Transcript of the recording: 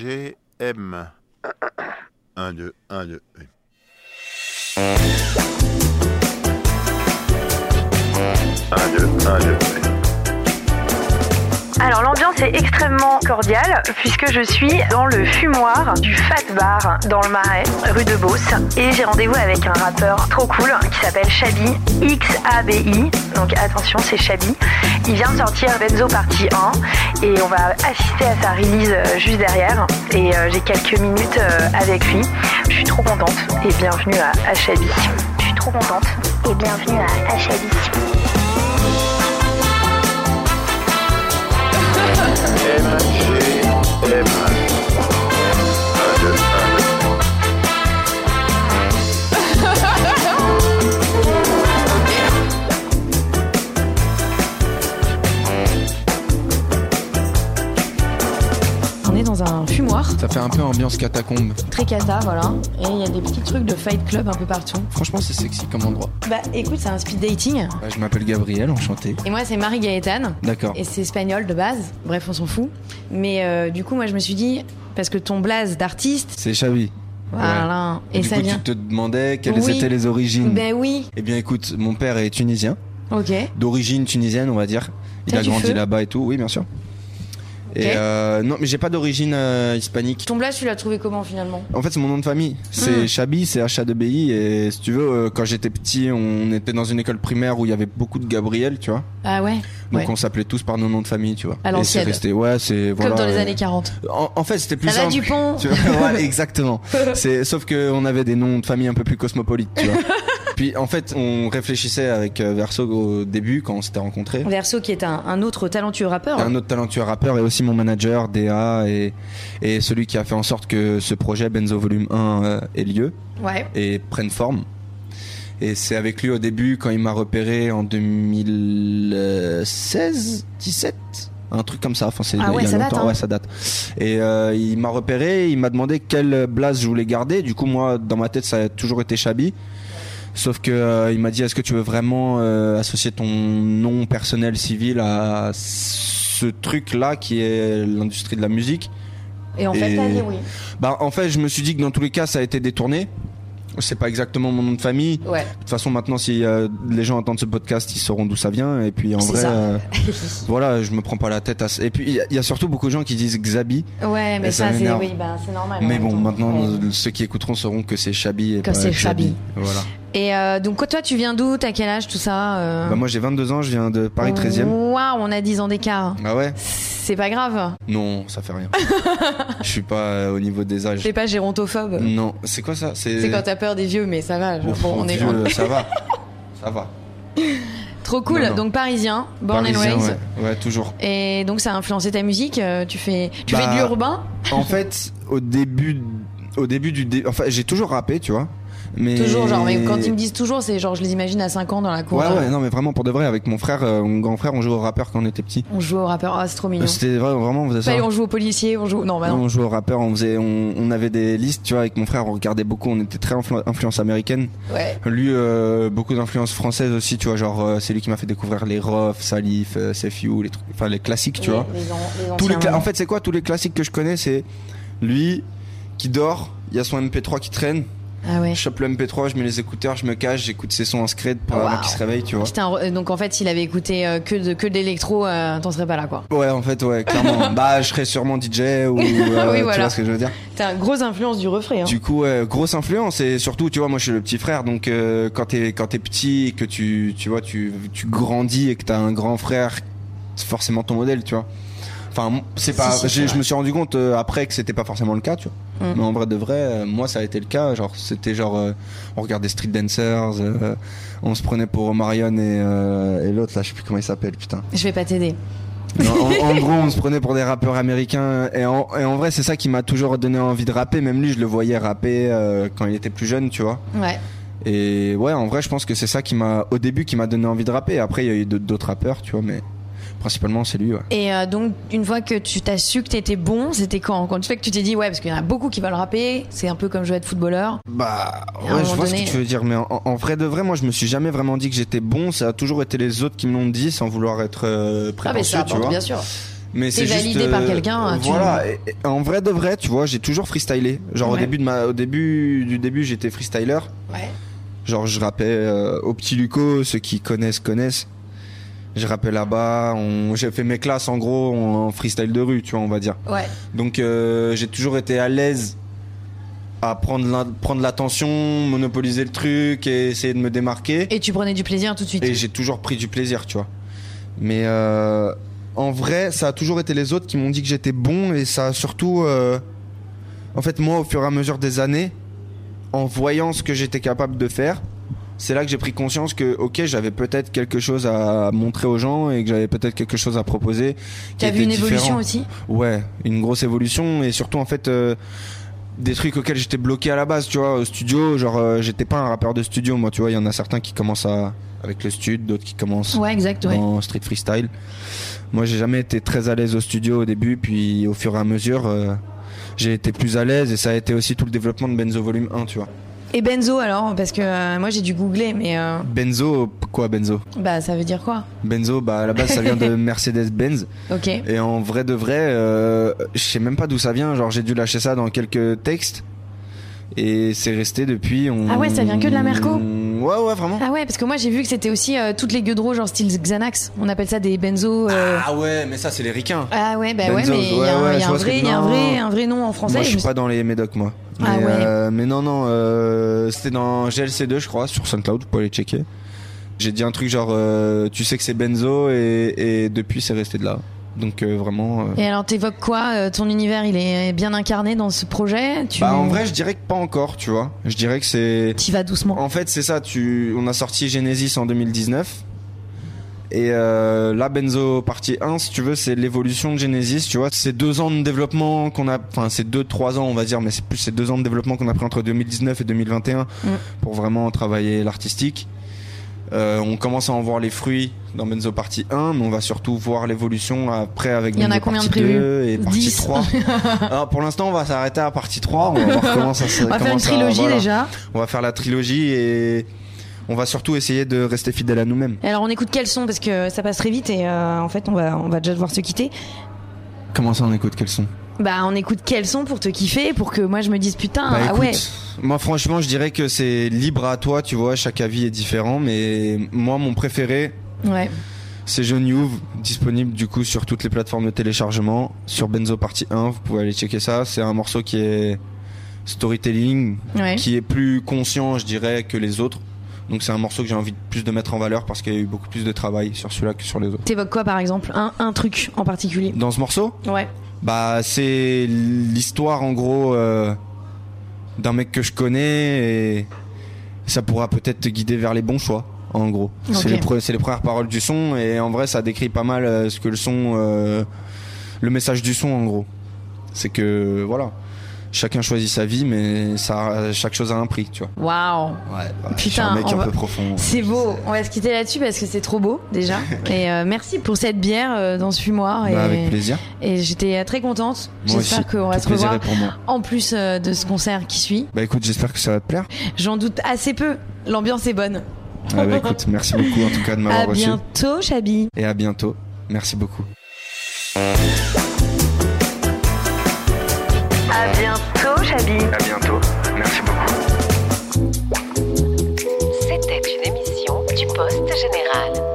MGM. 1, 2, 1, 2. Un, deux, un, deux. Alors l'ambiance est extrêmement cordiale puisque je suis dans le fumoir du Fat Bar dans le Marais, rue de Beauce. Et j'ai rendez-vous avec un rappeur trop cool qui s'appelle Shabi, X-A-B-I. Donc attention, c'est Shabi. Il vient de sortir Benzo partie 1 et on va assister à sa release euh, juste derrière. Et euh, j'ai quelques minutes euh, avec lui. Je suis trop contente et bienvenue à, à Shabi. Je suis trop contente et bienvenue à, à Shabi. MGM. 1, 2, 1, 2. On est dans un fumoir, Ça fait un peu ambiance catacombe. très cata, voilà. Et il y a des petits trucs de fight club un peu partout. Franchement, c'est sexy comme endroit. Bah écoute, c'est un speed dating. Bah, je m'appelle Gabriel, enchanté. Et moi, c'est Marie Gaëtane. D'accord. Et c'est espagnol de base. Bref, on s'en fout. Mais euh, du coup, moi, je me suis dit, parce que ton blaze d'artiste, C'est Chavi. voilà. Et Et du ça coup, vient. tu te demandais quelles Oui. étaient les origines. Ben oui. Eh bien, écoute, mon père est tunisien, Ok. d'origine tunisienne, on va dire. Il T'as a du grandi feu là-bas et tout, oui, bien sûr. Et euh, non, mais j'ai pas d'origine euh, hispanique. Ton blaze, tu l'as trouvé comment finalement En fait, c'est mon nom de famille. C'est Mm. Chabi, c'est h a b Et si tu veux, euh, quand j'étais petit, on était dans une école primaire où il y avait beaucoup de Gabriel, tu vois. Ah ouais. Donc Ouais. on s'appelait tous par nos noms de famille, tu vois. À et c'est l'ancienne. resté, ouais, c'est voilà. Comme dans les euh, années 40. En, en fait, c'était plus Ça va simple. du pont Tu vois, voilà, exactement. C'est sauf que on avait des noms de famille un peu plus cosmopolites, tu vois. Puis en fait, on réfléchissait avec euh, Verso au début quand on s'était rencontrés. Verso qui est un, un autre talentueux rappeur. Un autre talentueux rappeur et aussi mon manager DA et, et celui qui a fait en sorte que ce projet Benzo Volume 1 euh, ait lieu Ouais. et prenne forme. Et c'est avec lui au début quand il m'a repéré en 2016, 17, un truc comme ça. Enfin, c'est Ah il y ouais, a ça date, longtemps. hein. Ouais, ça date. Et euh, il m'a repéré, il m'a demandé quelle blase je voulais garder. Du coup, moi, dans ma tête, ça a toujours été Chabi. Sauf que euh, il m'a dit, est-ce que tu veux vraiment euh, associer ton nom personnel civil à ce truc-là qui est l'industrie de la musique Et en fait, Et- t'as dit Ah, oui. Bah, en fait, je me suis dit que dans tous les cas, ça a été détourné. C'est pas exactement mon nom de famille. Ouais. De toute façon, maintenant, si euh, les gens entendent ce podcast, ils sauront d'où ça vient. Et puis, en C'est vrai, ça. euh, voilà, je me prends pas la tête à. ce- Et puis, il y, a- il y a surtout beaucoup de gens qui disent Xabi. ouais, mais Et ça ça, c'est m'énerve. oui, bah, c'est normal. en mais même bon, temps. maintenant, Ouais. euh, ceux qui écouteront sauront que c'est Chabi et Que pas c'est Chabi. Voilà. Et euh, donc, toi, tu viens d'où T'as quel âge Tout ça euh Bah, moi, j'ai 22 ans, je viens de Paris 13e. Waouh, on a 10 ans d'écart. Ah ouais C'est pas grave. Non, ça fait rien. je suis pas euh, au niveau des âges. T'es pas gérontophobe. Non, c'est quoi ça C'est quand t'as peur des vieux, mais ça va. genre, Ouf, bon, mon on est Dieu, ça va. Ça va. trop cool. Non, non. Donc parisien, born Parisien, and raised. ouais. ouais, toujours. Et donc ça a influencé ta musique. euh, Tu fais, tu Bah, fais de l'urbain. En fait, au début, au début du, dé- enfin, j'ai toujours rappé, tu vois. Mais Toujours, genre, mais quand ils me disent toujours, c'est genre, je les imagine à 5 ans dans la cour. Ouais, euh, ouais, non, mais vraiment pour de vrai, avec mon frère, euh, mon grand frère, on jouait au rappeur quand on était petit. Euh, On joue au rappeur. Ah, c'est trop mignon. C'était vrai- vraiment, on faisait ça. Ça y est, on joue au policier, on joue. Non, bah non. On jouait au rappeur, on faisait, on, on avait des listes, tu vois, avec mon frère, on regardait beaucoup, on était très influ- influence américaine. Ouais. Lui, euh, beaucoup d'influence française aussi, tu vois, genre, euh, c'est lui qui m'a fait découvrir les Rof, Salif, euh, Sefiu, les trucs, enfin, les classiques, tu Les- vois. les an- les Tous les anciens cla- moments. en fait, c'est quoi tous les classiques que je connais, c'est lui qui dort, il y a son MP3 qui traîne, Ah ouais. Je chope le MP3, je mets les écouteurs, je me cache, j'écoute ses sons en scred pour Wow. avant qu'il se réveille, tu vois. Putain, re- euh, donc en fait, s'il avait écouté euh, que de que de l'électro, euh, t'en serais pas là, quoi. Ouais, en fait, ouais, clairement. bah, je serais sûrement DJ ou. euh, Tu voilà. vois ce que je veux dire T'as une grosse influence du refrain. Hein. Du coup, ouais, grosse influence et surtout, tu vois, moi je suis le petit frère, donc euh, quand t'es quand t'es petit et que tu tu vois tu tu grandis et que t'as un grand frère, c'est forcément ton modèle, tu vois. Enfin, c'est pas. Si, si, j'ai- je c'est vrai. me suis rendu compte euh, après que c'était pas forcément le cas, tu vois. Mm. Mais en vrai de vrai, euh, moi ça a été le cas. Genre, c'était genre euh, on regardait Street Dancers, euh, on se prenait pour Marion et euh, et l'autre là, je sais plus comment il s'appelle, putain. Je vais pas t'aider. Non, en, en gros, on se prenait pour des rappeurs américains. Et en, et en vrai, c'est ça qui m'a toujours donné envie de rapper. Même lui, je le voyais rapper euh, quand il était plus jeune, tu vois. Ouais. Et ouais, en vrai, je pense que c'est ça qui m'a, au début, qui m'a donné envie de rapper. Après, il y a eu d- d'autres rappeurs, tu vois, mais principalement, c'est lui, ouais. Et euh, donc, une fois que tu t'as su que t'étais bon, c'était quand Quand tu fais que tu t'es dit, ouais, parce qu'il y en a beaucoup qui veulent rapper, c'est un peu comme je vais être footballeur. Bah, à un ouais, je moment vois donné- euh, ce que tu veux dire, mais en, en vrai de vrai, moi, je me suis jamais Ah, vraiment dit que j'étais bon. Ça a toujours été les autres qui me l'ont dit sans vouloir être euh, prétentieux, tu vois. sûr. mais c'est juste, euh, validé par quelqu'un, tu- voilà Et- et en vrai de vrai tu vois j'ai toujours freestylé genre au Ouais. début de ma au début du début j'étais freestyler Ouais. genre je rappais euh, au petit Luco ceux qui connaissent connaissent je rappais là-bas on- j'ai fait mes classes en gros en freestyle de rue tu vois on va dire Ouais. donc euh, j'ai toujours été à l'aise à prendre l'in- prendre l'attention, monopoliser le truc et essayer de me démarquer. Et tu prenais du plaisir tout de suite. Et j'ai toujours pris du plaisir, tu vois. Mais euh, en vrai, ça a toujours été les autres qui m'ont dit que j'étais bon et ça a surtout, euh, en fait, moi, au fur et à mesure des années, en voyant ce que j'étais capable de faire, c'est là que j'ai pris conscience que, ok, j'avais peut-être quelque chose à montrer aux gens et que j'avais peut-être quelque chose à proposer. qui T'as vu était une évolution différent. aussi Ouais, une grosse évolution et surtout en fait euh, des trucs auxquels j'étais bloqué à la base, tu vois, au studio, genre euh, j'étais pas un rappeur de studio moi, tu vois, il y en a certains qui commencent à avec le stud, d'autres qui commencent Ouais, exact, ouais. en street freestyle. Moi, j'ai jamais été très à l'aise au studio au début, puis au fur et à mesure euh, j'ai été plus à l'aise et ça a été aussi tout le développement de Benzo volume 1, tu vois. Et Benzo alors Parce que euh, moi j'ai dû googler, mais euh, Benzo quoi Benzo bah ça veut dire quoi Benzo bah à la base ça vient de Mercedes Benz. Ok. Et en vrai de vrai, euh, je sais même pas d'où ça vient. Genre, j'ai dû lâcher ça dans quelques textes. Et c'est resté depuis. On... Ah ouais, ça vient que de la Merco Ouais, ouais, vraiment. Ah ouais, parce que moi j'ai vu que c'était aussi euh, toutes les gueux de rouge, genre style Xanax. On appelle ça des benzo. euh, Ah ouais, mais ça, c'est les ricains. Ah ouais, bah ouais, Benzos, mais il y a, ouais, un, ouais, il y je a un vois ce que vrai, tu- il y a un non. vrai, un vrai nom en français. moi, je suis je me- pas dans les médocs, moi. Mais, Ah ouais. euh, mais non, non, euh, c'était dans GLC2, je crois, sur SoundCloud, vous pouvez aller checker. J'ai dit un truc genre, euh, tu sais que c'est Benzo, et, et depuis, c'est resté de là. Donc euh, vraiment. euh, Et alors t'évoques quoi euh, Ton univers, il est bien incarné dans ce projet. Tu Bah, en vrai, je dirais que pas encore, tu vois. Je dirais que c'est. t'y vas doucement. En fait, c'est ça. Tu, on a sorti Genesis en 2019. Et euh, là, Benzo partie 1, si tu veux, c'est l'évolution de Genesis. Tu vois, c'est deux ans de développement qu'on a, enfin, c'est deux, trois ans, on va dire, mais c'est plus ces deux ans de développement qu'on a pris entre 2019 et 2021 Mm. pour vraiment travailler l'artistique. Euh, on commence à en voir les fruits dans Benzo partie 1, mais on va surtout voir l'évolution après avec Il y en Benzo a combien de partie prévus 2 et partie 10. 3. Alors, pour l'instant, on va s'arrêter à partie 3. On va voir comment ça se On va faire une comment ça- trilogie voilà. déjà. On va faire la trilogie et on va surtout essayer de rester fidèle à nous-mêmes. Et alors on écoute quel son parce que ça passe très vite et euh, en fait on va on va déjà devoir se quitter. Comment ça, on écoute quels sont Bah on écoute quel son pour te kiffer pour que moi je me dise putain Bah, ah ouais. moi franchement, je dirais que c'est libre à toi, tu vois, chaque avis est différent, mais moi, mon préféré, Ouais. c'est Jeune Youve, disponible du coup sur toutes les plateformes de téléchargement, sur Benzo Partie 1, vous pouvez aller checker ça, c'est un morceau qui est storytelling, Ouais. qui est plus conscient, je dirais, que les autres. Donc c'est un morceau que j'ai envie de plus de mettre en valeur parce qu'il y a eu beaucoup plus de travail sur celui-là que sur les autres. T'évoques quoi par exemple un, un truc en particulier Dans ce morceau, Ouais. Bah, c'est l'histoire en gros euh, d'un mec que je connais et ça pourra peut-être te guider vers les bons choix. En gros, Ok. c'est les, pre- c'est les premières paroles du son et en vrai, ça décrit pas mal euh, ce que le son, euh, le message du son en gros. C'est que voilà, chacun choisit sa vie, mais ça, chaque chose a un prix, tu vois. Waouh. Ouais, je suis Putain, un mec on un va- peu profond. C'est beau. On va se quitter là-dessus parce que c'est trop beau déjà. et euh, merci pour cette bière euh, dans ce fumoir. Et, Bah, avec plaisir. et j'étais euh, très contente. Moi aussi, J'espère qu'on va tout se plaisir revoir est pour moi. en plus euh, de ce concert qui suit. Bah écoute, j'espère que ça va te plaire. J'en doute assez peu. L'ambiance est bonne. Ah bah écoute, merci beaucoup en tout cas de À m'avoir reçu bientôt, Chabi. et à bientôt. Merci beaucoup. À bientôt, Chabi. À bientôt. Merci beaucoup. C'était une émission du Poste Général.